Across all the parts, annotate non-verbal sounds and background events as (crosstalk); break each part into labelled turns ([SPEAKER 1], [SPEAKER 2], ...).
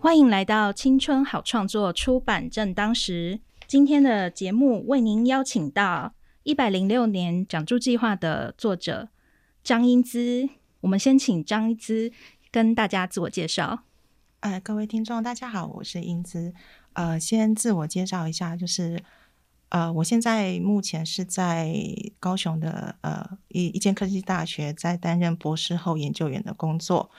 [SPEAKER 1] 欢迎来到《青春好创作》出版正当时。今天的节目为您邀请到一百零六年奖助计划的作者张英姿。我们先请张英姿跟大家自我介绍。
[SPEAKER 2] 呃，各位听众，大家好，我是英姿。呃，先自我介绍一下，就是呃，我现在目前是在高雄的呃一一间科技大学，在担任博士后研究员的工作，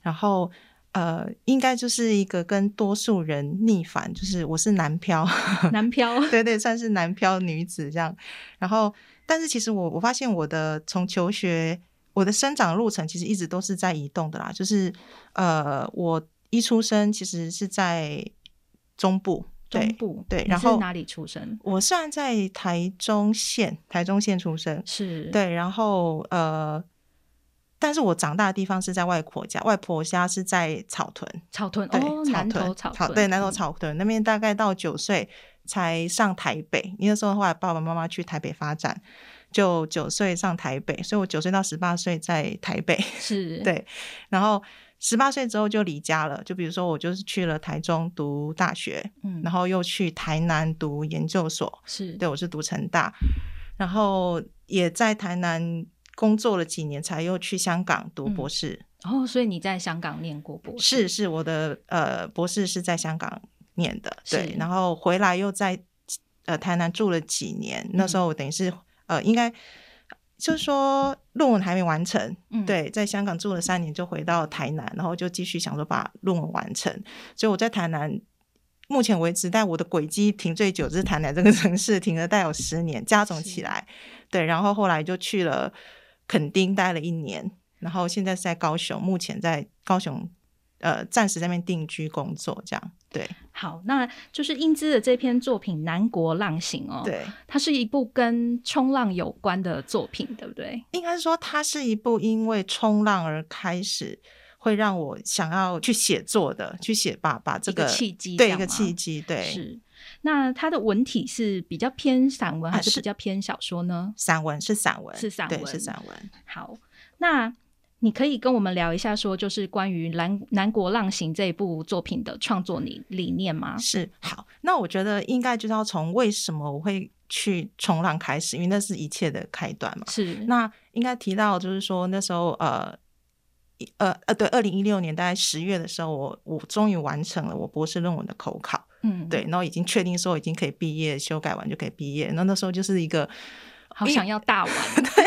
[SPEAKER 2] 然后。呃，应该就是一个跟多数人逆反，就是我是男漂，
[SPEAKER 1] 男漂，
[SPEAKER 2] (laughs) 对对，算是男漂女子这样。然后，但是其实我我发现我的从求学，我的生长路程其实一直都是在移动的啦。就是呃，我一出生其实是在中部，
[SPEAKER 1] 中部
[SPEAKER 2] 对，然后
[SPEAKER 1] 哪里出生？
[SPEAKER 2] 我虽然在台中县，台中县出生，
[SPEAKER 1] 是
[SPEAKER 2] 对，然后呃。但是我长大的地方是在外婆家，外婆家是在草屯，
[SPEAKER 1] 草屯
[SPEAKER 2] 对，
[SPEAKER 1] 哦，
[SPEAKER 2] 草
[SPEAKER 1] 南投
[SPEAKER 2] 屯，
[SPEAKER 1] 草
[SPEAKER 2] 草
[SPEAKER 1] 屯，嗯
[SPEAKER 2] 对，南投草屯、那边大概到九岁才上台北，因为那时候后来爸爸妈妈去台北发展，就九岁上台北，所以我九岁到十八岁在台北， (laughs)
[SPEAKER 1] 是，
[SPEAKER 2] 对，然后十八岁之后就离家了，就比如说我就是去了台中读大学，
[SPEAKER 1] 嗯，
[SPEAKER 2] 然后又去台南读研究所，
[SPEAKER 1] 是，
[SPEAKER 2] 对我是读成大，然后也在台南。工作了几年，才又去香港
[SPEAKER 1] 嗯
[SPEAKER 2] 读博士，
[SPEAKER 1] 然后哦所以你在香港念过博士，
[SPEAKER 2] 是是，我的呃博士是在香港念的，对
[SPEAKER 1] 是，
[SPEAKER 2] 然后回来又在呃台南住了几年。那
[SPEAKER 1] 嗯
[SPEAKER 2] 时候我等于是呃应该就是说论文还没完成，
[SPEAKER 1] 嗯，
[SPEAKER 2] 对，在香港住了三年，就回到台南，然后就继续想说把论文完成。所以我在台南。目前为止，但我的轨迹停最久就是台南这个 (laughs) 城市，停了大概有十年，加总
[SPEAKER 1] 是
[SPEAKER 2] 起来，对，然后后来就去了垦丁待了一年，然后现在是在高雄，目前在高雄，呃，暂时在那边定居工作，这样。对
[SPEAKER 1] 好，那就是英姿的这篇作品《南国浪行》哦，，
[SPEAKER 2] 对，
[SPEAKER 1] 它是一部跟冲浪有关的作品，对不对？
[SPEAKER 2] 应该是说它是一部因为冲浪而开始，会让我想要去写作的，去写把把这
[SPEAKER 1] 一个
[SPEAKER 2] 个
[SPEAKER 1] 契机
[SPEAKER 2] 对
[SPEAKER 1] 这
[SPEAKER 2] 一
[SPEAKER 1] 样
[SPEAKER 2] 个
[SPEAKER 1] 吗
[SPEAKER 2] 契机，对
[SPEAKER 1] 是。那它的文体是比较偏散文，
[SPEAKER 2] 啊
[SPEAKER 1] 还是
[SPEAKER 2] 是
[SPEAKER 1] 比较偏小说呢？
[SPEAKER 2] 散文是散文
[SPEAKER 1] 是散
[SPEAKER 2] 对
[SPEAKER 1] 文
[SPEAKER 2] 是散文。
[SPEAKER 1] 好，那你可以跟我们聊一下，说就是关于《南南国浪行》这一部作品的创作理理念吗？
[SPEAKER 2] 是好，那我觉得应该就是要从为什么我会去冲浪开始，因为那是一切的开端嘛。
[SPEAKER 1] 是，
[SPEAKER 2] 那应该提到就是说那时候呃。一呃呃，对，二零一六年大概十月的时候，我我终于完成了我博士论文的口考，
[SPEAKER 1] 嗯，
[SPEAKER 2] 对，，然后已经确定说已经可以毕业，修改完就可以毕业。那那时候就是一个，
[SPEAKER 1] 好想要大玩，哦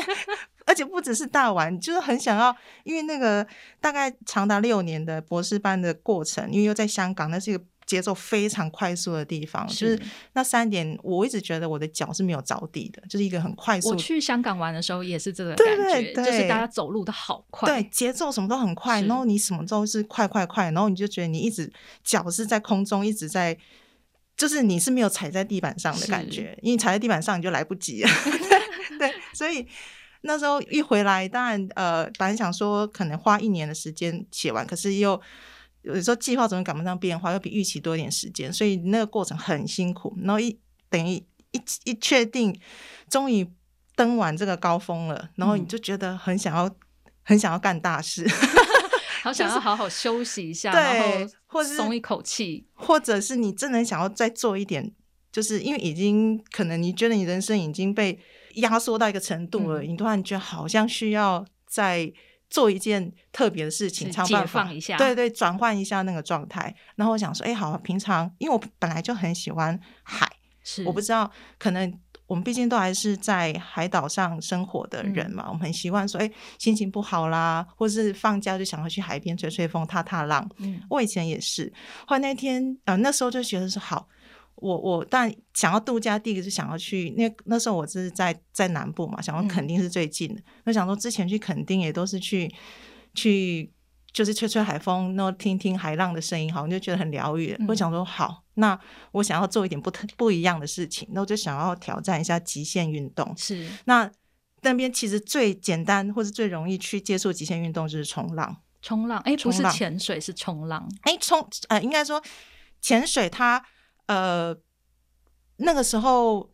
[SPEAKER 2] 而且不只是大玩，就是很想要，因为那个大概长达六年的博士班的过程，因为又在香港，那是一个节奏非常快速的地方， (laughs) 就是那三点，我一直觉得我的脚是没有着地的，就是一个很快速
[SPEAKER 1] 我，去香港玩的时候也是这个
[SPEAKER 2] 对
[SPEAKER 1] 感觉，
[SPEAKER 2] 对
[SPEAKER 1] 就是大家走路都好快，
[SPEAKER 2] 对，节奏什么都很快，
[SPEAKER 1] 是
[SPEAKER 2] 然后你什么都是快快快，然后你就觉得你一直脚是在空中，一直在。就是你是没有踩在地板上的感觉，因为踩在地板上你就来不及了。 (laughs) 对，所以那时候一回来，当然呃，本来想说可能花一年的时间写完，可是又有时候计划总是赶不上变化，又比预期多一点时间，所以那个过程很辛苦。然后一等于一一确定，终于登完这个高峰了，然后你
[SPEAKER 1] 嗯
[SPEAKER 2] 就觉得很想要。很想要干大事，
[SPEAKER 1] 好想要好好休息一下，
[SPEAKER 2] 对
[SPEAKER 1] 然后
[SPEAKER 2] 或是
[SPEAKER 1] 松一口气，
[SPEAKER 2] 或者是你真的想要再做一点，就是因为已经可能你觉得你人生已经被压缩到一个程度了，
[SPEAKER 1] 嗯
[SPEAKER 2] 你突然觉得好像需要再做一件特别的事情，
[SPEAKER 1] 是
[SPEAKER 2] 才有
[SPEAKER 1] 解
[SPEAKER 2] 办法
[SPEAKER 1] 放一下
[SPEAKER 2] 对对，转换一下那个状态。然后我想说，哎、好，平常因为我本来就很喜欢海，
[SPEAKER 1] 是，
[SPEAKER 2] 我不知道，可能我们毕竟都还是在海岛上生活的
[SPEAKER 1] 嗯
[SPEAKER 2] 人嘛，我们很习惯说，哎、心情不好啦，或是放假就想要去海边吹吹风、踏踏浪。
[SPEAKER 1] 嗯，
[SPEAKER 2] 我以前也是，后来那天啊、呃那时候就觉得说好。我我但想要度假，第一个就想要去，那那时候我是在在南部嘛，想要
[SPEAKER 1] 嗯
[SPEAKER 2] 垦丁是最近的。我、想说之前去垦丁也都是去去就是吹吹海风，然后听听海浪的声音，好，你就觉得很疗愈。我想说，好，那我想要做一点不特不一样的事情，那我就想要挑战一下极限运动。
[SPEAKER 1] 是
[SPEAKER 2] 那那边其实最简单或是最容易去接触极限运动就是冲浪。
[SPEAKER 1] 冲浪，哎，不
[SPEAKER 2] 冲
[SPEAKER 1] 是
[SPEAKER 2] 浪
[SPEAKER 1] 潜水，是冲浪， (laughs)
[SPEAKER 2] 哎，冲呃，应该说潜水它呃那个时候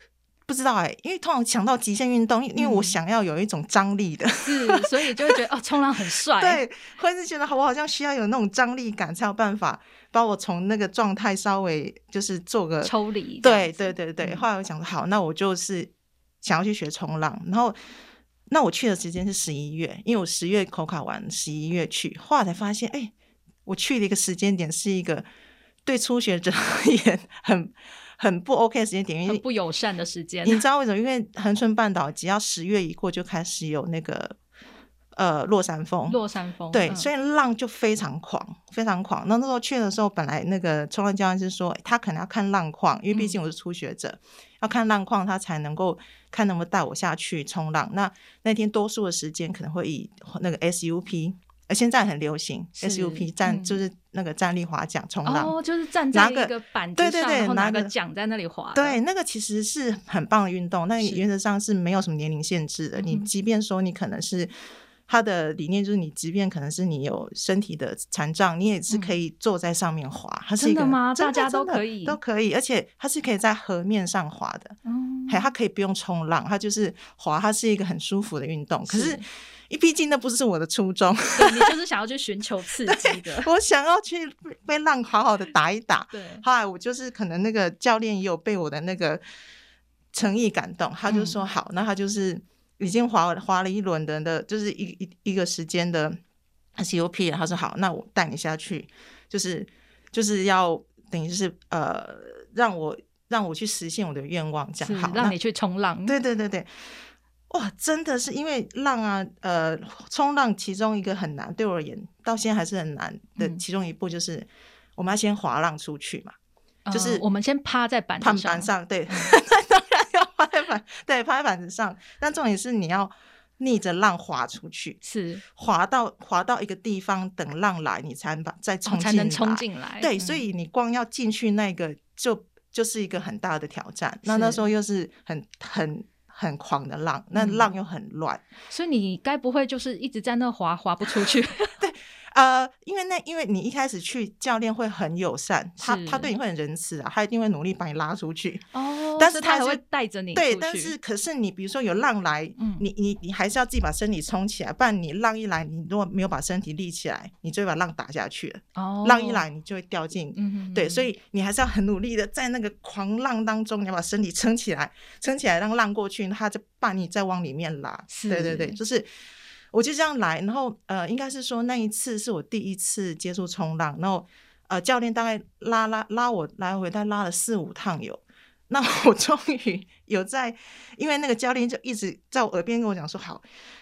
[SPEAKER 2] 不知道哎、因为通常想到极限运动，因因为我
[SPEAKER 1] 嗯
[SPEAKER 2] 想要有一种张力的，
[SPEAKER 1] 是，所以就会觉得哦，冲浪很帅，，
[SPEAKER 2] (laughs) 对，或者是觉得我好像需要有那种张力感，才有办法把我从那个状态稍微就是做个
[SPEAKER 1] 抽离这样
[SPEAKER 2] 对
[SPEAKER 1] 子，
[SPEAKER 2] 对对对，
[SPEAKER 1] 嗯
[SPEAKER 2] 后来我想说，好，那我就是想要去学冲浪，然后那我去的时间是十一月，因为我十月口考完，十一月去，后来才发现，哎、我去的一个时间点是一个对初学者 (laughs) 而言很很不 OK 的时间点，因
[SPEAKER 1] 很
[SPEAKER 2] 为
[SPEAKER 1] 不啊友善的时间
[SPEAKER 2] 你，知道为什么？因为恒春半岛只要十月一过就开始有那个呃落山风，
[SPEAKER 1] (laughs) 落山风，
[SPEAKER 2] 对，
[SPEAKER 1] 嗯
[SPEAKER 2] 所以浪就非常狂，非常狂。那那时候去的时候，本来那个冲浪教练是说，诶他可能要看浪况，因
[SPEAKER 1] 嗯
[SPEAKER 2] 为毕竟我是初学者，要看浪况，他才能够看能不能带我下去冲浪。那那天多数的时间可能会以那个 SUP，呃，现在很流行
[SPEAKER 1] 是
[SPEAKER 2] SUP 站，
[SPEAKER 1] 嗯
[SPEAKER 2] 就是那个站立滑桨冲浪。
[SPEAKER 1] 哦，就是站在
[SPEAKER 2] 拿
[SPEAKER 1] 一
[SPEAKER 2] 个
[SPEAKER 1] 个板子
[SPEAKER 2] 对
[SPEAKER 1] 上，
[SPEAKER 2] 对对
[SPEAKER 1] 然后拿
[SPEAKER 2] 拿
[SPEAKER 1] 个
[SPEAKER 2] 个
[SPEAKER 1] 桨在那里滑，
[SPEAKER 2] 对，，那个其实是很棒的运动，那
[SPEAKER 1] 是
[SPEAKER 2] 原则上是没有什么年龄限制的。你
[SPEAKER 1] 嗯哼
[SPEAKER 2] 即便说你可能是他的理念就是你，即便可能是你有身体的残障，你也是可以坐在上面滑。它是
[SPEAKER 1] 嗯
[SPEAKER 2] 一
[SPEAKER 1] 真
[SPEAKER 2] 个
[SPEAKER 1] 的吗
[SPEAKER 2] 真
[SPEAKER 1] 大
[SPEAKER 2] 的
[SPEAKER 1] 家都
[SPEAKER 2] 真的
[SPEAKER 1] 可以
[SPEAKER 2] 都可以，而且它是可以在河面上滑的，
[SPEAKER 1] 嗯
[SPEAKER 2] 还、它可以不用冲浪，它就是滑，它是一个很舒服的运动。可
[SPEAKER 1] 是
[SPEAKER 2] 是，毕竟那不是我的初衷， (laughs)
[SPEAKER 1] 对你就是想要去寻求刺激的，
[SPEAKER 2] 我想要去被浪好好的打一打。
[SPEAKER 1] 对，
[SPEAKER 2] 后来我就是可能那个教练也有被我的那个诚意感动，他就说
[SPEAKER 1] 嗯
[SPEAKER 2] 好，那他就是已经滑滑了一轮的的，就是一一一个时间的 COP 了。他说好，那我带你下去，就是就是要等于就是呃，让我让我去实现我的愿望，这
[SPEAKER 1] 是
[SPEAKER 2] 样好，
[SPEAKER 1] 让
[SPEAKER 2] 那
[SPEAKER 1] 你去冲浪，
[SPEAKER 2] 对对对对，哇，真的是因为浪啊，呃，冲浪其中一个很难，对我而言到现在还是很难的
[SPEAKER 1] 嗯
[SPEAKER 2] 其中一步就是。我们要先滑浪出去嘛，
[SPEAKER 1] 呃
[SPEAKER 2] 就是
[SPEAKER 1] 我们先趴在板子
[SPEAKER 2] 趴
[SPEAKER 1] 上，
[SPEAKER 2] 板上，
[SPEAKER 1] (laughs)
[SPEAKER 2] 对，当然要趴在板，对，趴在板子上。但重点是你要逆着浪滑出去，
[SPEAKER 1] 是
[SPEAKER 2] 滑到滑到一个地方，等浪来，你才把再冲
[SPEAKER 1] 哦
[SPEAKER 2] 进、
[SPEAKER 1] 才能冲。进来，
[SPEAKER 2] 对，
[SPEAKER 1] 嗯
[SPEAKER 2] 所以你光要进去那个就就是一个很大的挑战。那
[SPEAKER 1] 是
[SPEAKER 2] 那时候又是很很很狂的浪，那
[SPEAKER 1] 嗯
[SPEAKER 2] 浪又很乱。
[SPEAKER 1] 所以你该不会就是一直在那滑滑不出去？
[SPEAKER 2] 呃，因为那因为你一开始去，教练会很友善，他
[SPEAKER 1] 是
[SPEAKER 2] 他对你会很仁慈啊，他一定会努力把你拉出去。
[SPEAKER 1] (laughs) 哦
[SPEAKER 2] 但
[SPEAKER 1] 所
[SPEAKER 2] 是
[SPEAKER 1] 以他还
[SPEAKER 2] 他是
[SPEAKER 1] 会带着你出去，
[SPEAKER 2] 对，但是可是你比如说有浪来，
[SPEAKER 1] 嗯
[SPEAKER 2] 你你你还是要自己把身体冲起来，不然你浪一来，你如果没有把身体立起来，你就会把浪打下去了。
[SPEAKER 1] 哦
[SPEAKER 2] 浪一，来，你就会掉进。
[SPEAKER 1] 嗯哼
[SPEAKER 2] 对，所
[SPEAKER 1] 以
[SPEAKER 2] 以你还是要很努力的在那个狂浪当中，你要把身体撑起来，撑起来让浪过去，它就把你再往里面拉。
[SPEAKER 1] 是
[SPEAKER 2] 对对对，就是我就这样来，然后呃，应该是说那一次是我第一次接触冲浪，然后呃，教练大概拉拉拉我来回，大概拉了四五趟有。那我终于有在，因为那个教练就一直在我耳边跟我讲说：“好，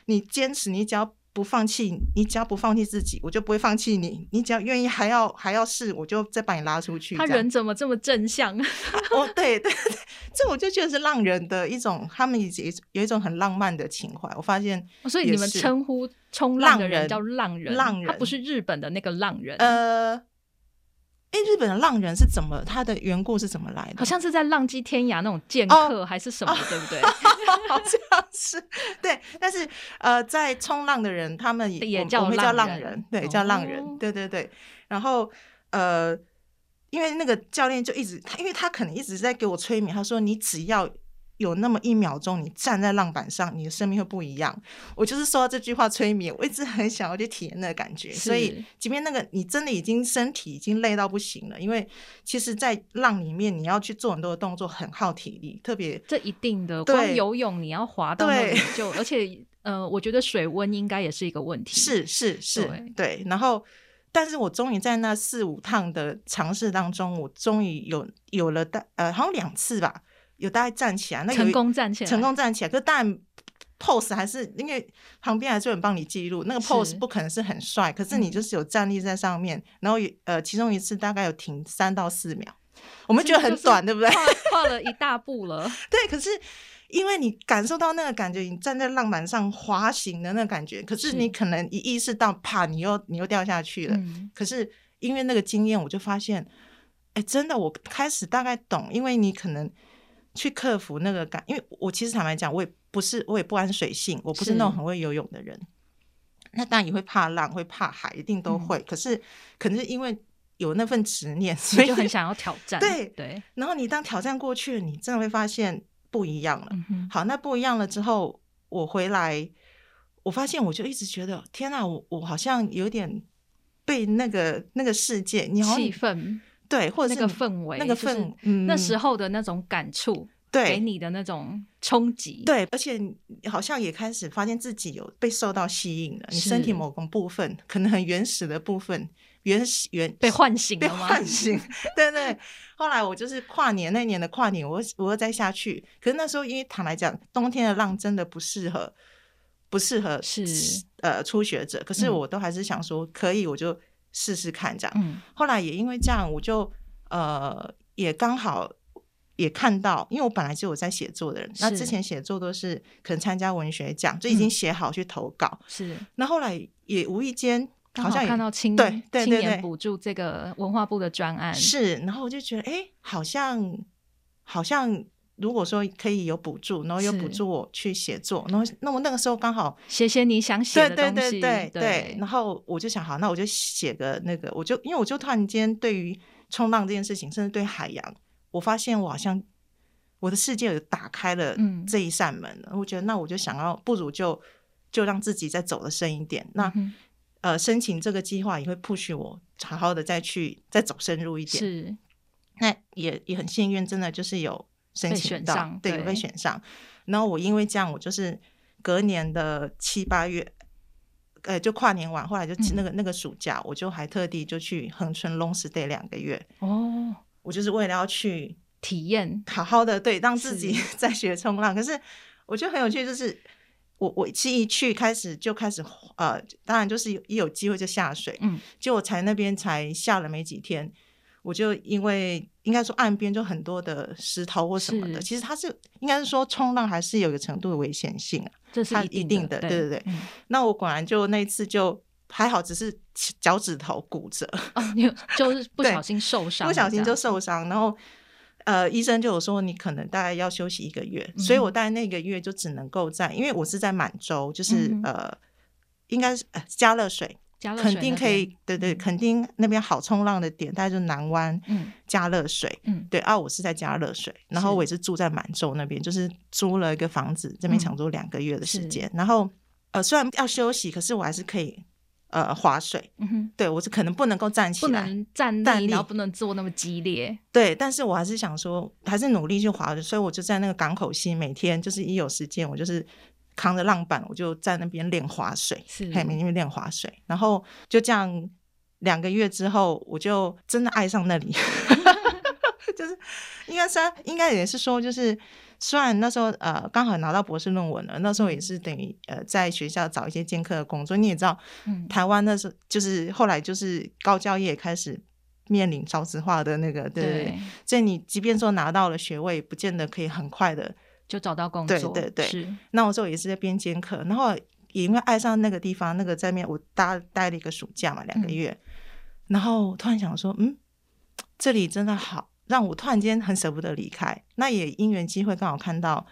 [SPEAKER 2] 你坚持，你只要不放弃，你只要不放弃自己，我就不会放弃你。你只要愿意，还要还要试，我就再把你拉出去。”
[SPEAKER 1] 他
[SPEAKER 2] 这样
[SPEAKER 1] 人怎么这么正向？ (laughs)
[SPEAKER 2] 哦，对对对，这我就觉得是浪人的一种，他们也有一种很浪漫的情怀。我发现，
[SPEAKER 1] 所以你们
[SPEAKER 2] 也是
[SPEAKER 1] 称呼冲浪的
[SPEAKER 2] 浪
[SPEAKER 1] 人
[SPEAKER 2] 人
[SPEAKER 1] 叫浪人，
[SPEAKER 2] 浪
[SPEAKER 1] 他
[SPEAKER 2] 人
[SPEAKER 1] 不是日本的那个浪人，
[SPEAKER 2] 呃，哎，日本的浪人是怎么，他的缘故是怎么来的？
[SPEAKER 1] 好像是在浪迹天涯那种剑
[SPEAKER 2] 哦
[SPEAKER 1] 客还是什么，对不
[SPEAKER 2] (laughs)
[SPEAKER 1] 对？
[SPEAKER 2] 好像是对，但是呃，在冲浪的人，他们
[SPEAKER 1] 也
[SPEAKER 2] 也我们
[SPEAKER 1] 叫
[SPEAKER 2] 我们会
[SPEAKER 1] 浪
[SPEAKER 2] 叫浪
[SPEAKER 1] 人
[SPEAKER 2] 人，对，叫浪人，
[SPEAKER 1] 哦
[SPEAKER 2] 对对对。然后呃，因为那个教练就一直他，因为他可能一直在给我催眠，他说你只要。有那么一秒钟，你站在浪板上，你的生命会不一样。我就是受到这句话催眠，我一直很想要去体验那个感觉。所
[SPEAKER 1] 是
[SPEAKER 2] 以，即便那个你真的已经身体已经累到不行了，因为其实，在浪里面你要去做很多的动作，很耗体力，特别
[SPEAKER 1] 这一定的，
[SPEAKER 2] 对
[SPEAKER 1] 光游泳你要滑到那里
[SPEAKER 2] 对
[SPEAKER 1] 就，而且呃，我觉得水温应该也是一个问题，
[SPEAKER 2] 是是是
[SPEAKER 1] 对，
[SPEAKER 2] 对。然后，但是我终于在那四五趟的尝试当中，我终于有有了大呃，好像两次吧，有大概站起来，那有一
[SPEAKER 1] 成功站起来，
[SPEAKER 2] 成功站起来，可是但 pose 还是因为旁边还是有人帮你记录，那个
[SPEAKER 1] 是
[SPEAKER 2] pose 不可能是很帅，可是你
[SPEAKER 1] 嗯
[SPEAKER 2] 就是有站立在上面，然后也呃，其中一次大概有停三到四秒，我们觉得很短，对不对？ (laughs)
[SPEAKER 1] 跨跨了一大步了，
[SPEAKER 2] 对，可是因为你感受到那个感觉，你站在浪板上滑行的那个感觉，可是
[SPEAKER 1] 是
[SPEAKER 2] 你可能一意识到，啪，你又你又掉下去了。
[SPEAKER 1] 嗯
[SPEAKER 2] 可是因为那个经验，我就发现，哎，真的，我开始大概懂，因为你可能去克服那个感，因为我其实坦白讲，我也不是，我也不安水性，我不是那种
[SPEAKER 1] 是
[SPEAKER 2] 很会游泳的人。那当然也会怕浪，会怕海，一定
[SPEAKER 1] 嗯
[SPEAKER 2] 都会。可是，可能是因为有那份执念，所
[SPEAKER 1] 你
[SPEAKER 2] 以
[SPEAKER 1] 就很。想要挑战，
[SPEAKER 2] 对
[SPEAKER 1] 对，
[SPEAKER 2] 然后你当挑战过去了，你真的会发现不一样了。
[SPEAKER 1] 嗯哼，
[SPEAKER 2] 好，那不一样了之后，我回来，我发现我就一直觉得，天哪、我我好像有点被那个那个世界，你好像
[SPEAKER 1] 气氛
[SPEAKER 2] 对，或
[SPEAKER 1] 那
[SPEAKER 2] 者是
[SPEAKER 1] 个
[SPEAKER 2] 你
[SPEAKER 1] 氛围，
[SPEAKER 2] 那个
[SPEAKER 1] 就是
[SPEAKER 2] 氛，嗯
[SPEAKER 1] 那时候的那种感触，给
[SPEAKER 2] 对
[SPEAKER 1] 你的那种冲击，，
[SPEAKER 2] 对，而且你好像也开始发现自己有被受到吸引了，你身体
[SPEAKER 1] 是
[SPEAKER 2] 某个部分，可能很原始的部分，原始原
[SPEAKER 1] 被唤醒
[SPEAKER 2] 被
[SPEAKER 1] 了吗？
[SPEAKER 2] 唤醒， (laughs) 对对。后来我就是跨年那年的跨年，我我又再下去，可是那时候因为坦白讲，冬天的浪真的不适合，不适合
[SPEAKER 1] 是
[SPEAKER 2] 呃初学者。可是
[SPEAKER 1] 嗯
[SPEAKER 2] 我都还是想说，可以我就试试看这样。
[SPEAKER 1] 嗯，
[SPEAKER 2] 后来也因为这样，我就呃也刚好也看到，因为我本来就有在写作的人，那
[SPEAKER 1] 是
[SPEAKER 2] 之前写作都是可能参加文学奖，就已经
[SPEAKER 1] 嗯
[SPEAKER 2] 写好去投稿。
[SPEAKER 1] 是。
[SPEAKER 2] 那、后来也无意间
[SPEAKER 1] 刚
[SPEAKER 2] 好像也
[SPEAKER 1] 看到青
[SPEAKER 2] 对对
[SPEAKER 1] 青
[SPEAKER 2] 对
[SPEAKER 1] 年
[SPEAKER 2] 对
[SPEAKER 1] 补助这个文化部的专案，
[SPEAKER 2] 是，然后我就觉得，哎、好像好像如果说可以有补助，然后有补
[SPEAKER 1] 是
[SPEAKER 2] 助我去写作，然后那我那个时候刚好
[SPEAKER 1] 写写你想写
[SPEAKER 2] 对
[SPEAKER 1] 的
[SPEAKER 2] 对
[SPEAKER 1] 东
[SPEAKER 2] 对
[SPEAKER 1] 西，嗯
[SPEAKER 2] 对对，然后我就想，好，那我就写个那个，我就因为我就突然间对于冲浪这件事情，甚至对海洋，我发现我好像我的世界有打开了
[SPEAKER 1] 嗯
[SPEAKER 2] 这一扇门了，我觉得那我就想要，不如就就让自己再走得深一点，那、
[SPEAKER 1] 嗯哼
[SPEAKER 2] 呃申请这个计划也会 push 我好好的再去再走深入一点，
[SPEAKER 1] 是
[SPEAKER 2] 那也也很幸运，真的就是有申
[SPEAKER 1] 被
[SPEAKER 2] 请
[SPEAKER 1] 选
[SPEAKER 2] 到，
[SPEAKER 1] 上
[SPEAKER 2] 对，
[SPEAKER 1] 对
[SPEAKER 2] 有被选上。然后我因为这样，我就是隔年的七八月，呃，就跨年晚，后来就
[SPEAKER 1] 嗯
[SPEAKER 2] 那个、那个暑假，我就还特地就去恒春 long stay 两个月，
[SPEAKER 1] 哦，
[SPEAKER 2] 我就是为了要去
[SPEAKER 1] 体验
[SPEAKER 2] 好好的对，让自己
[SPEAKER 1] 是
[SPEAKER 2] (laughs) 在学冲浪。可是我觉得很有趣，就是我我是一去开始就开始呃，当然就是有一有机会就下水，
[SPEAKER 1] 嗯，
[SPEAKER 2] 就我才那边才下了没几天，我就因为应该说岸边就很多的石头或什么的，
[SPEAKER 1] 是
[SPEAKER 2] 其实它是应该是说冲浪还是有一个程度的危险性啊。
[SPEAKER 1] 这是
[SPEAKER 2] 它
[SPEAKER 1] 一
[SPEAKER 2] 一
[SPEAKER 1] 定
[SPEAKER 2] 定的
[SPEAKER 1] 对
[SPEAKER 2] 对对对
[SPEAKER 1] 嗯
[SPEAKER 2] 那我果然就那一次就还好，只是脚趾头骨折，
[SPEAKER 1] 哦，你有就是不
[SPEAKER 2] 对
[SPEAKER 1] 小心受伤了
[SPEAKER 2] 不
[SPEAKER 1] 这样，
[SPEAKER 2] 小心就受伤，然后呃，医生就有说你可能大概要休息一个月，
[SPEAKER 1] 嗯
[SPEAKER 2] 所以我大概那个月就只能够在，因为我是在满洲，就是、
[SPEAKER 1] 嗯哼
[SPEAKER 2] 呃，应该是、呃、加热水，
[SPEAKER 1] 加热水
[SPEAKER 2] 肯定
[SPEAKER 1] 那
[SPEAKER 2] 可以
[SPEAKER 1] 边，，
[SPEAKER 2] 对对，
[SPEAKER 1] 嗯
[SPEAKER 2] 肯定那边好冲浪的点，大概就是南湾、
[SPEAKER 1] 嗯
[SPEAKER 2] 加热水。
[SPEAKER 1] 嗯，
[SPEAKER 2] 对啊，我是在加热水，然后我也是住在满洲那边，就是租了一个房子，
[SPEAKER 1] 嗯
[SPEAKER 2] 这边想租两个月的时间。然后呃，虽然要休息，可是我还是可以呃划水。
[SPEAKER 1] 嗯哼，
[SPEAKER 2] 对我是可能不能够站起
[SPEAKER 1] 不
[SPEAKER 2] 来，
[SPEAKER 1] 能站立，
[SPEAKER 2] 站立
[SPEAKER 1] 然后不能做那么激烈，
[SPEAKER 2] 对，但是我还是想说，还是努力去滑的，所以我就在那个港口西，每天就是一有时间，我就是扛着浪板，我就在那边练划水，
[SPEAKER 1] 是
[SPEAKER 2] 嘿，每天练划水，然后就这样两个月之后，我就真的爱上那里， (laughs) 就是应该是应该也是说，就是虽然那时候呃刚好拿到博士论文了，那时候也是等于呃在学校找一些兼课的工作，你也知道，
[SPEAKER 1] 嗯
[SPEAKER 2] 台湾那时候就是后来就是高教业开始面临少子化的那个，对对对，所以你即便说拿到了学位，不见得可以很快的。
[SPEAKER 1] 就找到工
[SPEAKER 2] 对
[SPEAKER 1] 作，
[SPEAKER 2] 对对
[SPEAKER 1] 是
[SPEAKER 2] 那我之后也是在边兼课，然后也因为爱上那个地方，那个在面我待待了一个暑假嘛，两个月，然后突然想说，嗯，这里真的好，让我突然间很舍不得离开。那也因缘机会刚好看到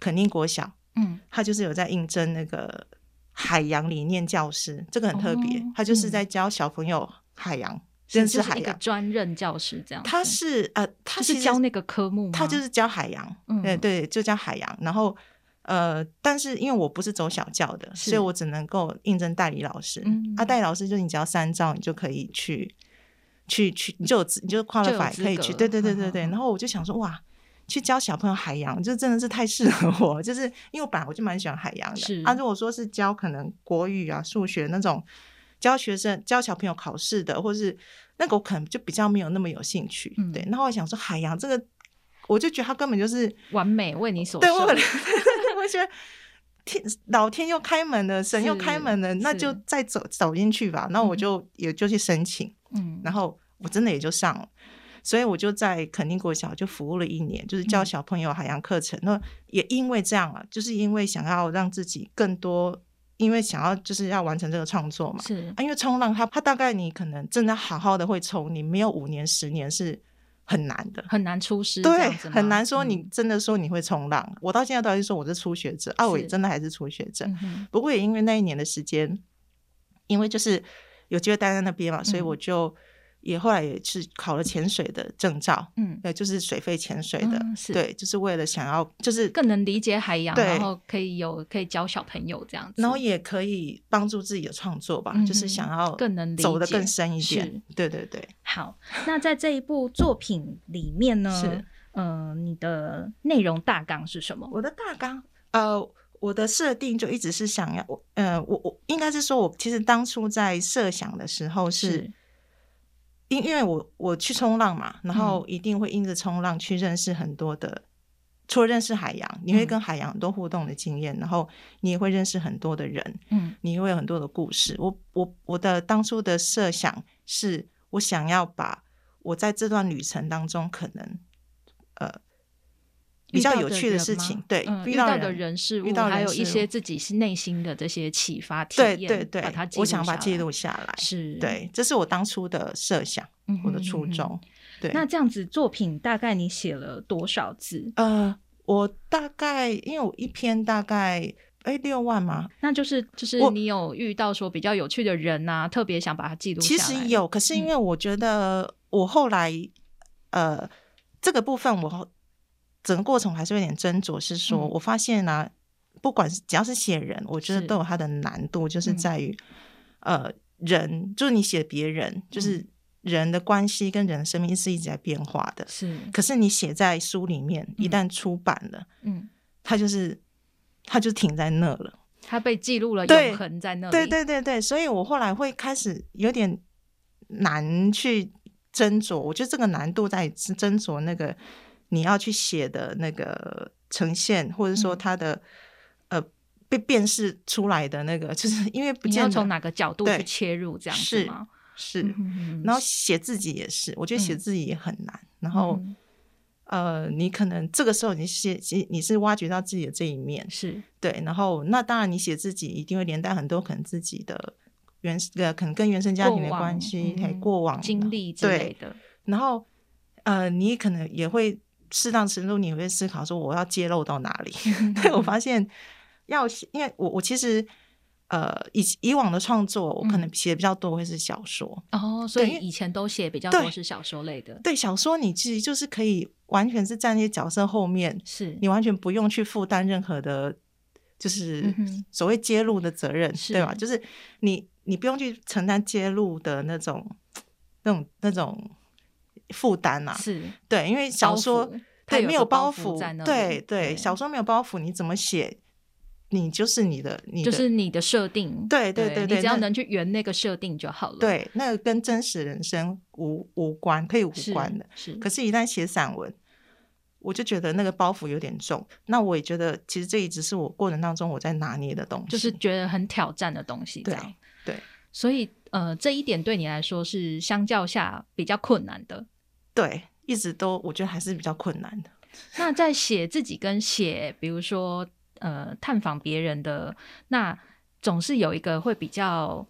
[SPEAKER 2] 肯定国小，
[SPEAKER 1] 嗯
[SPEAKER 2] 他就是有在应征那个海洋理念教师，这个很特别，
[SPEAKER 1] 哦
[SPEAKER 2] 他就是
[SPEAKER 1] 嗯
[SPEAKER 2] 在教小朋友海洋、
[SPEAKER 1] 是
[SPEAKER 2] 认
[SPEAKER 1] 就是
[SPEAKER 2] 识海
[SPEAKER 1] 一个
[SPEAKER 2] 洋。
[SPEAKER 1] 专任教师这样子，
[SPEAKER 2] 他是呃，他
[SPEAKER 1] 就
[SPEAKER 2] 其
[SPEAKER 1] 是
[SPEAKER 2] 实
[SPEAKER 1] 教那个科目吗，
[SPEAKER 2] 他就是教海洋，
[SPEAKER 1] 嗯
[SPEAKER 2] 对对，就教海洋。然后呃，但是因为我不是走小教的，
[SPEAKER 1] 是
[SPEAKER 2] 所以我只能够应征代理老师。
[SPEAKER 1] 嗯
[SPEAKER 2] 啊，代理老师就是你只要三招，你就可以去去去，你就有资你就
[SPEAKER 1] 就有
[SPEAKER 2] qualify
[SPEAKER 1] 资
[SPEAKER 2] 可以去。
[SPEAKER 1] 格
[SPEAKER 2] 对对对
[SPEAKER 1] 嗯
[SPEAKER 2] 对对。
[SPEAKER 1] 嗯嗯
[SPEAKER 2] 然后我就想说，哇。去教小朋友海洋，就真的是太适合我，就是因为我本来我就蛮喜欢海洋
[SPEAKER 1] 是
[SPEAKER 2] 的。啊，如果说是教可能国语啊、数学那种教学生、教小朋友考试的，或是那个我可能就比较没有那么有兴趣。
[SPEAKER 1] 嗯
[SPEAKER 2] 对，然后我想说海洋这个，我就觉得它根本就是
[SPEAKER 1] 完美为你所
[SPEAKER 2] 对
[SPEAKER 1] 设
[SPEAKER 2] 我， (laughs) 我觉得天老天又开门了，神又开门了，
[SPEAKER 1] 是
[SPEAKER 2] 那就是再走走进去吧。那我就也就去申请，
[SPEAKER 1] 嗯，
[SPEAKER 2] 然后我真的也就上了。所以我就在垦丁国小就服务了一年，就是
[SPEAKER 1] 嗯
[SPEAKER 2] 教小朋友海洋课程。那也因为这样啊，就是因为想要让自己更多，因为想要就是要完成这个创作嘛。
[SPEAKER 1] 是
[SPEAKER 2] 啊，因为冲浪它它大概你可能真的好好的会冲，你没有五年十年是很难的。
[SPEAKER 1] 很难出师，这
[SPEAKER 2] 对
[SPEAKER 1] 样子，吗
[SPEAKER 2] 很难说你
[SPEAKER 1] 嗯
[SPEAKER 2] 真的说你会冲浪。我到现在到底说我是初学者，啊，我也
[SPEAKER 1] 是
[SPEAKER 2] 真的还是初学者。
[SPEAKER 1] 嗯哼
[SPEAKER 2] 不过也因为那一年的时间，因为就是有机会待在那边嘛，所以
[SPEAKER 1] 嗯
[SPEAKER 2] 我就也后来也是考了潜水的证照，
[SPEAKER 1] 嗯，
[SPEAKER 2] 对，就是水肺潜水的，
[SPEAKER 1] 嗯是
[SPEAKER 2] 对，就是为了想要就是
[SPEAKER 1] 更能理解海洋，
[SPEAKER 2] 对
[SPEAKER 1] 然后可以有可以教小朋友这样子，
[SPEAKER 2] 然后也可以帮助自己的创作吧，就是想
[SPEAKER 1] 嗯
[SPEAKER 2] 要
[SPEAKER 1] 哼更能理
[SPEAKER 2] 走得
[SPEAKER 1] 解
[SPEAKER 2] 更深一
[SPEAKER 1] 是
[SPEAKER 2] 点。对对对，
[SPEAKER 1] 好，那在这一部作品里面呢，
[SPEAKER 2] 是
[SPEAKER 1] 呃，你的内容大纲是什么？
[SPEAKER 2] 我的大纲，呃，我的设定就一直是想要我，呃，我我应该是说，我其实当初在设想的时候是
[SPEAKER 1] 是
[SPEAKER 2] 因因为我我去冲浪嘛，然后
[SPEAKER 1] 嗯
[SPEAKER 2] 一定会因着冲浪去认识很多的，除了认识海洋，你会
[SPEAKER 1] 嗯
[SPEAKER 2] 跟海洋很多互动的经验，然后你也会认识很多的人，
[SPEAKER 1] 嗯
[SPEAKER 2] 你会有很多的故事。我我我的当初的设想是，我想要把我在这段旅程当中可能，呃，比较有趣
[SPEAKER 1] 遇到的
[SPEAKER 2] 事
[SPEAKER 1] 人吗
[SPEAKER 2] 情，对
[SPEAKER 1] 嗯，遇
[SPEAKER 2] 遇
[SPEAKER 1] 到
[SPEAKER 2] 到
[SPEAKER 1] 的人事物，
[SPEAKER 2] 遇到
[SPEAKER 1] 还
[SPEAKER 2] 人
[SPEAKER 1] 有一
[SPEAKER 2] 事
[SPEAKER 1] 些
[SPEAKER 2] 物
[SPEAKER 1] 自己是内心的这些启发体
[SPEAKER 2] 对
[SPEAKER 1] 验，
[SPEAKER 2] 对对
[SPEAKER 1] 把它，记
[SPEAKER 2] 我想
[SPEAKER 1] 下
[SPEAKER 2] 把它记
[SPEAKER 1] 来
[SPEAKER 2] 录下来，
[SPEAKER 1] 是，
[SPEAKER 2] 对，这是我当初的设想，
[SPEAKER 1] 嗯哼
[SPEAKER 2] 我的初
[SPEAKER 1] 嗯哼
[SPEAKER 2] 衷，对。
[SPEAKER 1] 那这样子作品大概你写了多少字？
[SPEAKER 2] 呃，我大概因为我一篇大概哎六万嘛，
[SPEAKER 1] 那就是就是
[SPEAKER 2] 我
[SPEAKER 1] 你有遇到说比较有趣的人呐、特别想把它记录下
[SPEAKER 2] 其
[SPEAKER 1] 来。嗯
[SPEAKER 2] 实有，可是因为我觉得我后来、呃这个部分我后整个过程我还是有点斟酌，是说、
[SPEAKER 1] 嗯
[SPEAKER 2] 我发现啊，不管是只要是写人，我觉
[SPEAKER 1] 是
[SPEAKER 2] 得都有它的难度，就是
[SPEAKER 1] 嗯
[SPEAKER 2] 在于、呃人，就是你写别人，就是
[SPEAKER 1] 嗯
[SPEAKER 2] 人的关系跟人的生命是一直在变化的。
[SPEAKER 1] 是，
[SPEAKER 2] 可是你写在书里面，一
[SPEAKER 1] 嗯
[SPEAKER 2] 旦出版了，
[SPEAKER 1] 嗯，
[SPEAKER 2] 它就是它就停在那了。
[SPEAKER 1] 它被记录了，
[SPEAKER 2] 对
[SPEAKER 1] 永恒在那里。
[SPEAKER 2] 对对对对，所以我后来会开始有点难去斟酌，我觉得这个难度在于是斟酌那个你要去写的那个呈现，或者说
[SPEAKER 1] 嗯
[SPEAKER 2] 它的、呃被辨识出来的那个，就是因为不
[SPEAKER 1] 你
[SPEAKER 2] 见
[SPEAKER 1] 要
[SPEAKER 2] 得
[SPEAKER 1] 从哪个角度
[SPEAKER 2] 对
[SPEAKER 1] 去切入这样子
[SPEAKER 2] 是
[SPEAKER 1] 吗？
[SPEAKER 2] 是，
[SPEAKER 1] 嗯哼哼
[SPEAKER 2] 然后写自己也是，我觉得写
[SPEAKER 1] 嗯
[SPEAKER 2] 自己也很难，然后。
[SPEAKER 1] 嗯
[SPEAKER 2] 呃，你可能这个时候你写，你你是挖掘到自己的这一面，
[SPEAKER 1] 是
[SPEAKER 2] 对，然后那当然你写自己一定会连带很多可能自己的原呃可能跟原生家庭的
[SPEAKER 1] 过往
[SPEAKER 2] 关系，还有
[SPEAKER 1] 嗯
[SPEAKER 2] 过往
[SPEAKER 1] 经历之类
[SPEAKER 2] 对，
[SPEAKER 1] 的，
[SPEAKER 2] 然后呃你可能也会适当程度你会思考说我要揭露到哪里？ (laughs)
[SPEAKER 1] 嗯
[SPEAKER 2] 对 (laughs) 我发现要写，因为我我其实。呃，以以往的创作，我可能
[SPEAKER 1] 嗯
[SPEAKER 2] 写的比较多会是小说。
[SPEAKER 1] 哦，所
[SPEAKER 2] 对
[SPEAKER 1] 以
[SPEAKER 2] 因为
[SPEAKER 1] 以前都写比较多
[SPEAKER 2] 对
[SPEAKER 1] 是小说类的，
[SPEAKER 2] 对小说，你其实就是可以完全是站在角色后面，
[SPEAKER 1] 是
[SPEAKER 2] 你完全不用去负担任何的，就是
[SPEAKER 1] 嗯哼
[SPEAKER 2] 所谓揭露的责任，
[SPEAKER 1] 是
[SPEAKER 2] 对吧？就是你你不用去承担揭露的那种、那种、那种负担啊。
[SPEAKER 1] 是
[SPEAKER 2] 对，因为小
[SPEAKER 1] 包
[SPEAKER 2] 说
[SPEAKER 1] 袱它
[SPEAKER 2] 对
[SPEAKER 1] 有
[SPEAKER 2] 没
[SPEAKER 1] 个
[SPEAKER 2] 有
[SPEAKER 1] 包
[SPEAKER 2] 包
[SPEAKER 1] 袱
[SPEAKER 2] 袱
[SPEAKER 1] 在那，里
[SPEAKER 2] 对
[SPEAKER 1] 对
[SPEAKER 2] 对，小说没有包袱，你怎么写，你就是你的，你
[SPEAKER 1] 就
[SPEAKER 2] 的
[SPEAKER 1] 是你的设定，
[SPEAKER 2] 对对对
[SPEAKER 1] 你
[SPEAKER 2] 对
[SPEAKER 1] 只要
[SPEAKER 2] 那
[SPEAKER 1] 能去圆那个设定就好了，，
[SPEAKER 2] 对，那个跟真实人生无无关，可以无
[SPEAKER 1] 是
[SPEAKER 2] 关的。
[SPEAKER 1] 是，
[SPEAKER 2] 可是，一旦写散文，我就觉得那个包袱有点重。那我也觉得，其实这一直是我过程当中我在拿捏的东西，
[SPEAKER 1] 就是觉得很挑战的东西，这
[SPEAKER 2] 对
[SPEAKER 1] 样，
[SPEAKER 2] 对
[SPEAKER 1] 所以呃，这一点对你来说是相较下比较困难的。
[SPEAKER 2] 对，一直都我觉得还是比较困难的。
[SPEAKER 1] 那在写自己跟写，比如说呃探访别人的，那总是有一个会比较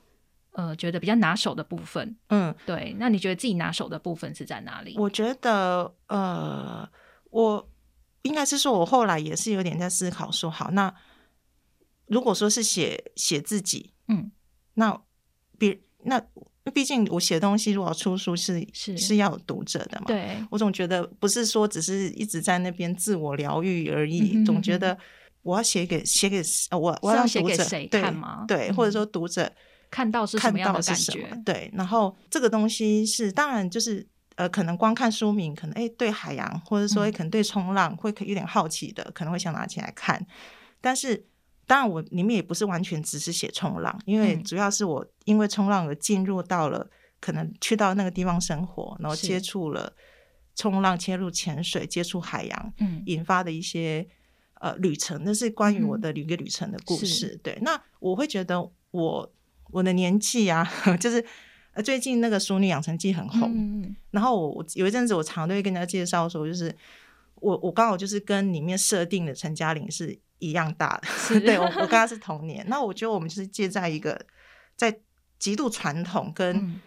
[SPEAKER 1] 呃觉得比较拿手的部分。
[SPEAKER 2] 嗯，
[SPEAKER 1] 对，那你觉得自己拿手的部分是在哪里？
[SPEAKER 2] 我觉得呃，我应该是说，我后来也是有点在思考说，好，那如果说是写写自己，
[SPEAKER 1] 嗯，
[SPEAKER 2] 那别那毕竟我写东西，如果要出书是
[SPEAKER 1] 是
[SPEAKER 2] 是要有读者的嘛，
[SPEAKER 1] 对，
[SPEAKER 2] 我总觉得不是说只是一直在那边自我疗愈
[SPEAKER 1] 嗯
[SPEAKER 2] 而
[SPEAKER 1] 哼
[SPEAKER 2] 已，总
[SPEAKER 1] 嗯
[SPEAKER 2] 觉
[SPEAKER 1] 哼
[SPEAKER 2] 得我要写给写给呃我我
[SPEAKER 1] 是要
[SPEAKER 2] 让
[SPEAKER 1] 写
[SPEAKER 2] 读
[SPEAKER 1] 给
[SPEAKER 2] 者
[SPEAKER 1] 谁
[SPEAKER 2] 对
[SPEAKER 1] 看吗
[SPEAKER 2] 对，或者
[SPEAKER 1] 嗯
[SPEAKER 2] 说读者
[SPEAKER 1] 看到是什
[SPEAKER 2] 看
[SPEAKER 1] 么样
[SPEAKER 2] 到
[SPEAKER 1] 的
[SPEAKER 2] 是
[SPEAKER 1] 感
[SPEAKER 2] 什
[SPEAKER 1] 觉
[SPEAKER 2] 么？？对，然后这个东西是当然就是呃，可能光看书名，可能哎对海洋，或者说
[SPEAKER 1] 嗯
[SPEAKER 2] 诶可能对冲浪会可有点好奇的，可能会想拿起来看，但是。当然，我里面也不是完全只是写冲浪，因为
[SPEAKER 1] 嗯
[SPEAKER 2] 主要是我因为冲浪而进入到了可能去到那个地方生活，然后
[SPEAKER 1] 是
[SPEAKER 2] 接触了冲浪，接触潜水，接触海洋，
[SPEAKER 1] 嗯，
[SPEAKER 2] 引发的一些呃旅程，那是关于我的旅个旅程的故
[SPEAKER 1] 是
[SPEAKER 2] (laughs) 事。对，那我会觉得我我的年纪啊，就是呃，最近那个《熟女养成记》很红，
[SPEAKER 1] 嗯
[SPEAKER 2] 然后我我有一阵子我常都会跟人家介绍说，就是我我刚好就是跟里面设定的陈嘉玲是一样大的， (laughs)
[SPEAKER 1] (laughs)
[SPEAKER 2] 对我我跟她是同年。那我觉得我们就是介在一个在极度传统跟
[SPEAKER 1] 嗯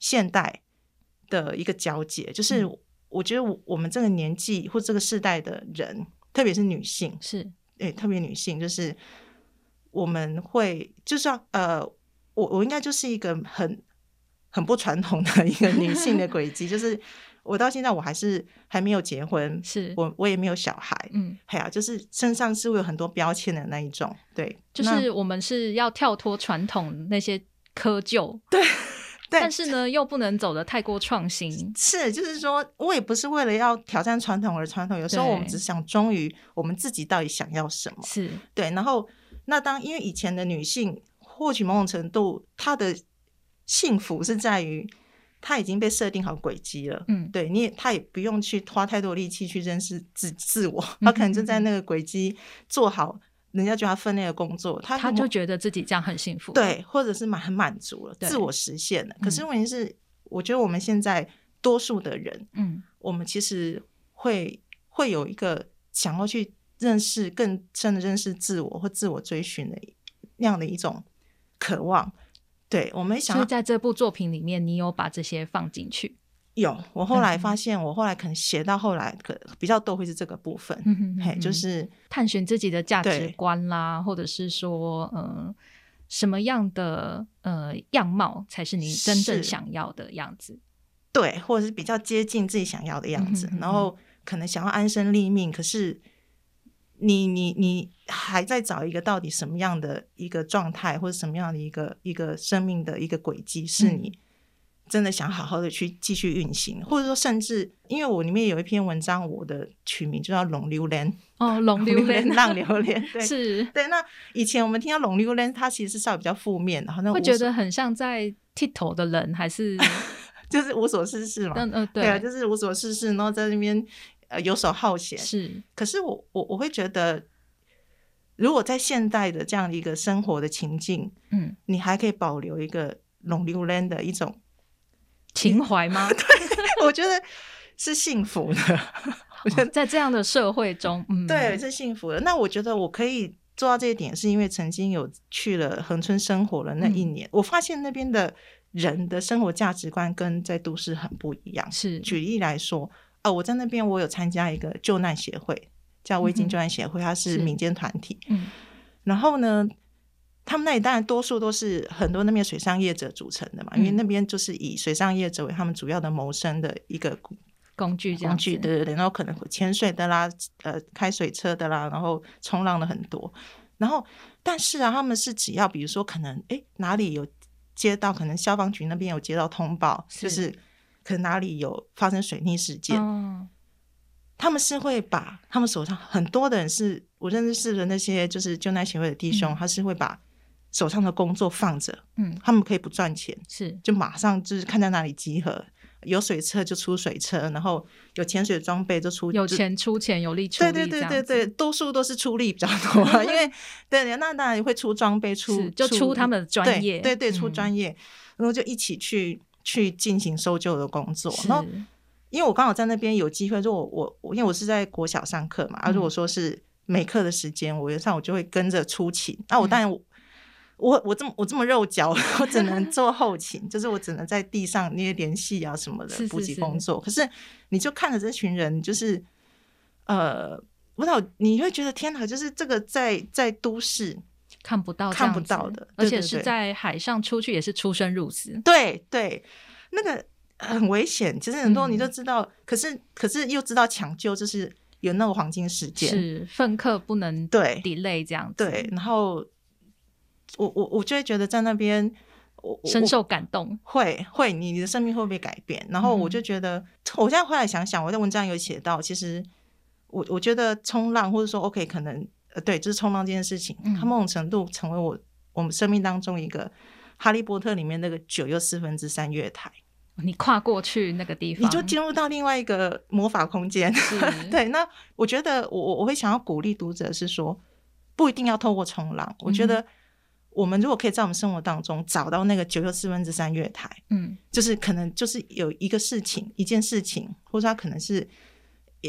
[SPEAKER 2] 现代的一个交界，就是
[SPEAKER 1] 嗯
[SPEAKER 2] 我觉得我我们这个年纪或这个世代的人，特别是女性，
[SPEAKER 1] 是
[SPEAKER 2] 对，特别女性，就是我们会就是要呃，我我应该就是一个很很不传统的一个女性的轨迹，就是我到现在我还是还没有结婚，
[SPEAKER 1] 是，
[SPEAKER 2] 我我也没有小孩，
[SPEAKER 1] 嗯，
[SPEAKER 2] 哎呀、就是身上是会有很多标签的那一种，对，
[SPEAKER 1] 就是我们是要跳脱传统那些窠臼，
[SPEAKER 2] 那
[SPEAKER 1] 但
[SPEAKER 2] 对。
[SPEAKER 1] 是呢又不能走的太过创新，
[SPEAKER 2] 是，就是说，我也不是为了要挑战传统而传统，有时候我们
[SPEAKER 1] 对
[SPEAKER 2] 只想忠于我们自己到底想要什么。
[SPEAKER 1] 是
[SPEAKER 2] 对，然后那当因为以前的女性，或许某种程度她的幸福是在于她已经被设定好轨迹了。
[SPEAKER 1] 嗯
[SPEAKER 2] 对，你也她也不用去花太多力气去认识自自我，
[SPEAKER 1] 嗯
[SPEAKER 2] 她可能就在那个轨迹做好人家觉得她分内的工作，她
[SPEAKER 1] 他
[SPEAKER 2] 某
[SPEAKER 1] 就觉得自己这样很幸福，，
[SPEAKER 2] 对，或者是满很满足了，
[SPEAKER 1] 对
[SPEAKER 2] 自我实现了。可是
[SPEAKER 1] 嗯
[SPEAKER 2] 问题是，我觉得我们现在多数的人，
[SPEAKER 1] 嗯
[SPEAKER 2] 我们其实会会有一个想要去认识更深的认识自我或自我追寻的那样的一种渴望。对，我们想
[SPEAKER 1] 所以
[SPEAKER 2] 要
[SPEAKER 1] 在这部作品里面，你有把这些放进去，
[SPEAKER 2] 有。我后来
[SPEAKER 1] 嗯
[SPEAKER 2] 发现，我后来可能写到后来，可比较多会是这个部分。
[SPEAKER 1] 嗯哼
[SPEAKER 2] 嘿，就是
[SPEAKER 1] 探寻自己的价值
[SPEAKER 2] 对
[SPEAKER 1] 观啦，或者是说，嗯、什么样的呃样貌才是你真正
[SPEAKER 2] 是
[SPEAKER 1] 想要的样子？
[SPEAKER 2] 对，或者是比较接近自己想要的样
[SPEAKER 1] 嗯
[SPEAKER 2] 子，
[SPEAKER 1] 哼嗯哼
[SPEAKER 2] 然后可能想要安身立命，可是你你你还在找一个到底什么样的一个状态，或者什么样的一个一个生命的一个轨迹，是
[SPEAKER 1] 嗯
[SPEAKER 2] 你真的想好好的去继续运行，或者说甚至因为我里面有一篇文章，我的取名就叫“龙榴莲 (laughs)
[SPEAKER 1] 哦，”，龙榴莲
[SPEAKER 2] 浪榴莲，对。
[SPEAKER 1] (laughs) 是
[SPEAKER 2] 对，那以前我们听到“龙榴莲”，它其实是稍微比较负面的，好像
[SPEAKER 1] 会
[SPEAKER 2] 无
[SPEAKER 1] 觉
[SPEAKER 2] 所
[SPEAKER 1] 得很像在剃头的人，还
[SPEAKER 2] (laughs)
[SPEAKER 1] 是
[SPEAKER 2] 就是无所事事嘛。
[SPEAKER 1] 嗯呃
[SPEAKER 2] 对啊，就是无所事事，然后在那边呃游手好闲。
[SPEAKER 1] 是
[SPEAKER 2] 可是我我我会觉得，如果在现代的这样的一个生活的情境，
[SPEAKER 1] 嗯
[SPEAKER 2] 你还可以保留一个龙溜兰的一种， (laughs)
[SPEAKER 1] 情怀吗？
[SPEAKER 2] 我觉得是幸福的。
[SPEAKER 1] (laughs)
[SPEAKER 2] 我觉得、
[SPEAKER 1] 哦在这样的社会中，嗯，
[SPEAKER 2] 对，是幸福的。那我觉得我可以做到这一点，是因为曾经有去了恒春生活了那一
[SPEAKER 1] 嗯
[SPEAKER 2] 年，我发现那边的人的生活价值观跟在都市很不一样。
[SPEAKER 1] 是
[SPEAKER 2] 举例来说，呃，我在那边我有参加一个救难协会，叫微
[SPEAKER 1] 嗯
[SPEAKER 2] 鲸
[SPEAKER 1] 哼
[SPEAKER 2] 救难协会，它是
[SPEAKER 1] 是
[SPEAKER 2] 民间团体。
[SPEAKER 1] 嗯
[SPEAKER 2] 然后呢，他们那里当然多数都是很多那边水上业者组成的嘛，因为
[SPEAKER 1] 嗯
[SPEAKER 2] 那边就是以水上业者为他们主要的谋生的一个
[SPEAKER 1] 工具这样
[SPEAKER 2] 工
[SPEAKER 1] 子
[SPEAKER 2] 具，对对对。然后可能会潜水的啦，呃，开水车的啦，然后冲浪的很多。然后，但是啊，他们是只要比如说可能诶哪里有接到，可能消防局那边有接到通报，就是是可能哪里有发生水溺事件，
[SPEAKER 1] 哦，
[SPEAKER 2] 他们是会把他们手上很多的人是我认识的那些就是救难协会的弟兄，
[SPEAKER 1] 嗯
[SPEAKER 2] 他是会把手上的工作放着，
[SPEAKER 1] 嗯
[SPEAKER 2] 他们可以不赚钱，
[SPEAKER 1] 是
[SPEAKER 2] 就马上就是看在哪里集合，有水车就出水车，然后有潜水装备就出
[SPEAKER 1] 有
[SPEAKER 2] 就
[SPEAKER 1] 钱出钱，有力出
[SPEAKER 2] 对
[SPEAKER 1] 力，
[SPEAKER 2] 对对
[SPEAKER 1] 这
[SPEAKER 2] 对
[SPEAKER 1] 样子
[SPEAKER 2] 对，多数都是出力比较多
[SPEAKER 1] (laughs)
[SPEAKER 2] 啊，因为对，那当然会出装备，出
[SPEAKER 1] 是就出他们的专业，
[SPEAKER 2] 对对对，出
[SPEAKER 1] 嗯
[SPEAKER 2] 专业，然后就一起去去进行搜救的工作。
[SPEAKER 1] 是
[SPEAKER 2] 然后因为我刚好在那边有机会，就我我我因为我是在国小上课嘛，啊，
[SPEAKER 1] 嗯
[SPEAKER 2] 如果说是每课的时间，我上我就会跟着出勤。那
[SPEAKER 1] 嗯
[SPEAKER 2] 我当然我、我我这么我这么肉脚， (laughs) 我只能做后勤，就是我只能在地上那些联系啊什么
[SPEAKER 1] 是
[SPEAKER 2] 的
[SPEAKER 1] 是
[SPEAKER 2] 补给
[SPEAKER 1] 是
[SPEAKER 2] 工作。可是你就看着这群人，就是呃，我老你会觉得天哪，就是这个在在都市，
[SPEAKER 1] 看不到这
[SPEAKER 2] 看
[SPEAKER 1] 样
[SPEAKER 2] 不
[SPEAKER 1] 子
[SPEAKER 2] 到的
[SPEAKER 1] 而
[SPEAKER 2] 对
[SPEAKER 1] 且
[SPEAKER 2] 对
[SPEAKER 1] 是
[SPEAKER 2] 对
[SPEAKER 1] 在海上出去也是出生入死，
[SPEAKER 2] 对对，那个很危险。其实很多
[SPEAKER 1] 嗯
[SPEAKER 2] 你就知道，可是可是又知道抢救就是有那个黄金时间，
[SPEAKER 1] 是愤刻不能
[SPEAKER 2] 对
[SPEAKER 1] delay 这样子，
[SPEAKER 2] 对，，然后我我我就会觉得在那边，我我
[SPEAKER 1] 深
[SPEAKER 2] 我
[SPEAKER 1] 受感动，
[SPEAKER 2] 会会你你的生命会不会改变？然后我就
[SPEAKER 1] 嗯
[SPEAKER 2] 觉得，我现在回来想想，我在文章有写到，其实我我觉得冲浪或者说 OK，可能呃对，就是冲浪这件事情，它
[SPEAKER 1] 嗯
[SPEAKER 2] 某种程度成为我我们生命当中一个。哈利波特里面那个九又四分之三月台，
[SPEAKER 1] 你跨过去那个地方，
[SPEAKER 2] 你就进入到另外一个魔法空间。
[SPEAKER 1] 是
[SPEAKER 2] (laughs) 对，那我觉
[SPEAKER 1] 嗯
[SPEAKER 2] 得我我我会想要鼓励读者是说，不一定要透过冲浪。我觉得我们如果可以在我们生活当中找到那个九又四分之三月台，
[SPEAKER 1] 嗯
[SPEAKER 2] 就是可能就是有一个事情，一件事情，或者它可能是一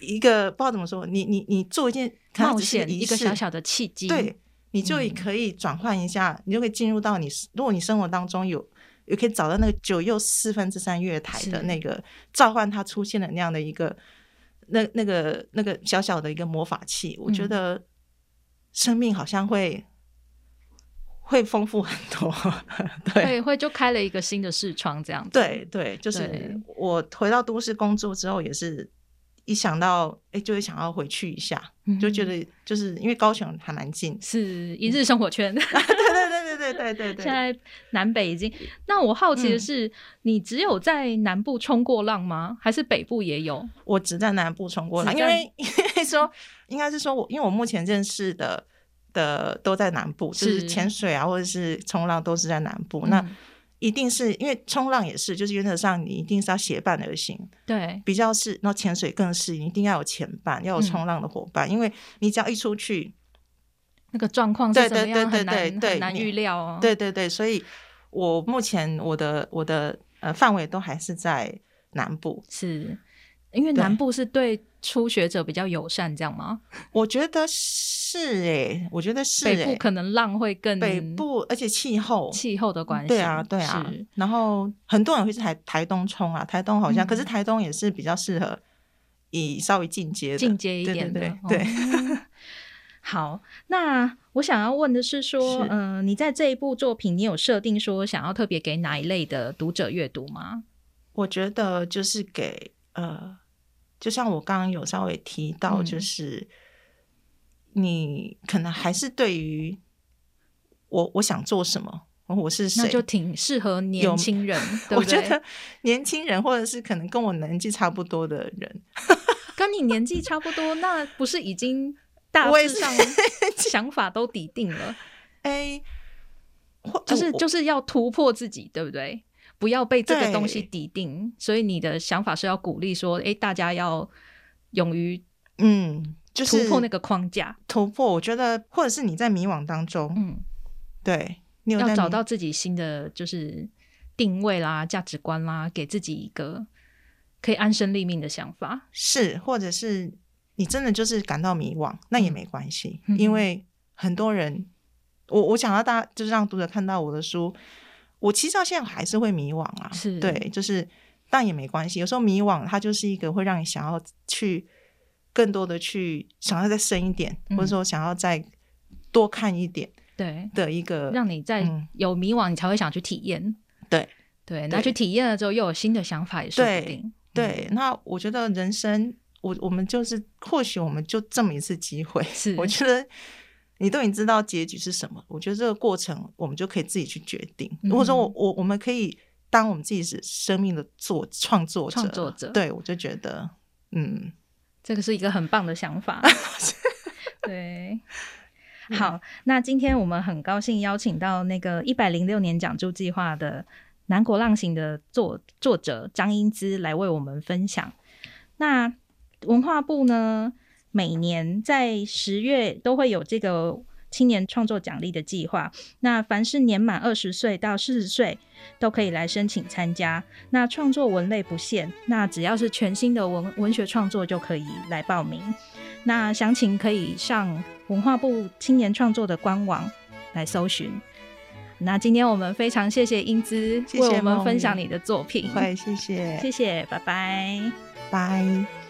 [SPEAKER 2] 一一个不知道怎么说，你你你做一件可能它
[SPEAKER 1] 冒
[SPEAKER 2] 只是
[SPEAKER 1] 险
[SPEAKER 2] 仪
[SPEAKER 1] 一个
[SPEAKER 2] 式
[SPEAKER 1] 小小的契机，
[SPEAKER 2] 对，你就也
[SPEAKER 1] 嗯
[SPEAKER 2] 可以转换一下，你就可以进入到你，如果你生活当中有。也可以找到那个九又四分之三月台的
[SPEAKER 1] 是
[SPEAKER 2] 那个召唤它出现的那样的一个那那个那个小小的一个魔法器，我觉
[SPEAKER 1] 嗯
[SPEAKER 2] 得生命好像会会丰富很多。 (laughs) 对，
[SPEAKER 1] 会会就开了一个新的视窗这样子，
[SPEAKER 2] 对对，就
[SPEAKER 1] 对
[SPEAKER 2] 是我回到都市工作之后，也是一想到哎、诶就会想要回去一下，
[SPEAKER 1] 嗯，。
[SPEAKER 2] 就觉得就是因为高雄还蛮近 (laughs)
[SPEAKER 1] 是一日生活圈。
[SPEAKER 2] 对对对对对对
[SPEAKER 1] (laughs) 现
[SPEAKER 2] 对对。
[SPEAKER 1] 在南北已经，那我好奇的
[SPEAKER 2] 嗯
[SPEAKER 1] 是，你只有在南部冲过浪吗？还是北部也有？
[SPEAKER 2] 我只在南部冲过来，
[SPEAKER 1] 只
[SPEAKER 2] 因
[SPEAKER 1] 在
[SPEAKER 2] 为 (laughs) 因为说应该是说我，因为我目前认识的的都在南部，就是
[SPEAKER 1] 是
[SPEAKER 2] 潜水啊或者是冲浪都是在南部。哦那
[SPEAKER 1] 嗯
[SPEAKER 2] 一定是因为冲浪也是，就是原则上你一定是要结伴而行，
[SPEAKER 1] 对，
[SPEAKER 2] 比较是，那潜水更是，你一定要有前伴，要有
[SPEAKER 1] 嗯
[SPEAKER 2] 冲浪的伙伴，因为你只要一出去，
[SPEAKER 1] 那个状况是
[SPEAKER 2] 对
[SPEAKER 1] 怎么
[SPEAKER 2] 对
[SPEAKER 1] 样，
[SPEAKER 2] 对
[SPEAKER 1] 很
[SPEAKER 2] 对
[SPEAKER 1] 难
[SPEAKER 2] 对
[SPEAKER 1] 很难
[SPEAKER 2] 你
[SPEAKER 1] 预料哦。
[SPEAKER 2] 对对对，所以我目前我的我的呃范围都还是在南部，
[SPEAKER 1] 是因为
[SPEAKER 2] 对
[SPEAKER 1] 南部是对初学者比较友善，这样吗？
[SPEAKER 2] 我觉得是诶、我觉得是
[SPEAKER 1] 北
[SPEAKER 2] 诶、
[SPEAKER 1] 部可能浪会更
[SPEAKER 2] 北部而且气候。
[SPEAKER 1] 气候的关系，
[SPEAKER 2] 对啊，对啊
[SPEAKER 1] 是，
[SPEAKER 2] 然后很多人会去台台东冲啊，台东好像，
[SPEAKER 1] 嗯
[SPEAKER 2] 可是台东也是比较适合以稍微进阶的
[SPEAKER 1] 进阶一
[SPEAKER 2] 对
[SPEAKER 1] 点的。
[SPEAKER 2] 对
[SPEAKER 1] 哦
[SPEAKER 2] 对对，
[SPEAKER 1] (laughs) 好，那我想要问的是说，
[SPEAKER 2] 是
[SPEAKER 1] 嗯、你在这一部作品，你有设定说想要特别给哪一类的读者阅读吗？
[SPEAKER 2] 我觉得就是给呃，就像我刚刚有稍微提到，
[SPEAKER 1] 嗯
[SPEAKER 2] 就是、你可能还是对于我我想做什么，我是谁，
[SPEAKER 1] 那就挺适合年
[SPEAKER 2] 有
[SPEAKER 1] 轻
[SPEAKER 2] (laughs)
[SPEAKER 1] 人，对
[SPEAKER 2] 我
[SPEAKER 1] 不
[SPEAKER 2] 觉
[SPEAKER 1] 对？
[SPEAKER 2] 得年轻人或者是可能跟我年纪差不多的人，
[SPEAKER 1] 跟你年纪差不多，那不是已经
[SPEAKER 2] (laughs)
[SPEAKER 1] 大
[SPEAKER 2] 我也
[SPEAKER 1] 致
[SPEAKER 2] 是
[SPEAKER 1] 上想法都底定了？
[SPEAKER 2] 哎，或
[SPEAKER 1] 就是
[SPEAKER 2] 我
[SPEAKER 1] 就是要突破自己，对不对？不要被这个
[SPEAKER 2] 对
[SPEAKER 1] 东西抵定，所以你的想法是要鼓励说，诶，大家要勇于
[SPEAKER 2] 嗯，就是
[SPEAKER 1] 突破那个框架，
[SPEAKER 2] 突破，我觉得或者是你在迷惘当中，
[SPEAKER 1] 嗯，
[SPEAKER 2] 对你有在
[SPEAKER 1] 要找
[SPEAKER 2] 迷
[SPEAKER 1] 到自己新的就是定位啦、价值观啦，给自己一个可以安身立命的想法。
[SPEAKER 2] 是，或者是你真的就是感到迷惘，那也
[SPEAKER 1] 嗯
[SPEAKER 2] 没关系，
[SPEAKER 1] 嗯哼
[SPEAKER 2] 因为很多人，我我想要大家就是让读者看到我的书，我其实到现在还是会迷惘啊，
[SPEAKER 1] 是
[SPEAKER 2] 对，就是但也没关系，有时候迷惘它就是一个会让你想要去更多的去想要再深一点，或者
[SPEAKER 1] 嗯
[SPEAKER 2] 说想要再多看一点
[SPEAKER 1] 对，
[SPEAKER 2] 的一个，
[SPEAKER 1] 让你在
[SPEAKER 2] 嗯
[SPEAKER 1] 有迷惘，你才会想去体验。
[SPEAKER 2] 对
[SPEAKER 1] 对，
[SPEAKER 2] 对
[SPEAKER 1] 那去体验了之后，又有新的想法，也说不定。嗯
[SPEAKER 2] 对，那我觉得人生，我我们就是或许我们就这么一次机会，
[SPEAKER 1] 是
[SPEAKER 2] 我觉得你都已经知道结局是什么，我觉得这个过程我们就可以自己去决定。
[SPEAKER 1] 嗯
[SPEAKER 2] 如果说我我我们可以当我们自己是生命的作创作者，
[SPEAKER 1] 创作者
[SPEAKER 2] 对我就觉得嗯，
[SPEAKER 1] 这个是一个很棒的想
[SPEAKER 2] (laughs)
[SPEAKER 1] 法。对，
[SPEAKER 2] 嗯
[SPEAKER 1] 好，那今天我们很高兴邀请到那个一百零六年讲助计划的南国浪行的作作者张英姿来为我们分享。那文化部呢，每年在十月都会有这个青年创作奖励的计划。那凡是年满二十岁到四十岁，都可以来申请参加。那创作文类不限，那只要是全新的文文学创作就可以来报名。那详情可以上文化部青年创作的官网来搜寻。那今天我们非常谢谢英姿
[SPEAKER 2] 谢谢
[SPEAKER 1] 为我们
[SPEAKER 2] 梦
[SPEAKER 1] 分享
[SPEAKER 2] 怡
[SPEAKER 1] 你的作品，
[SPEAKER 2] 会谢谢，
[SPEAKER 1] 谢谢，拜拜。
[SPEAKER 2] 拜。